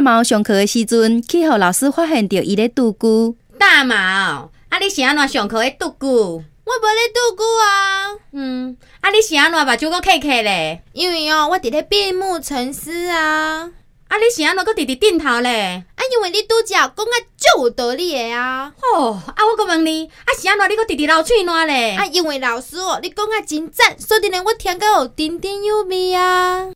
毛上课的时阵，去互老师发现着伊咧拄久。大毛，啊你是安怎上课会拄久？我无咧拄久啊，嗯，啊你是安怎目睭搁开开咧？因为哦，我伫咧闭目沉思啊。啊你是安怎搁直直顶头咧？啊，因为你拄则讲啊，足有道理的啊。哦，啊我搁问你，啊是安怎你搁直直流喙烂咧？啊，因为老师哦，你讲啊真赞，所以呢，我听到有津津有味啊。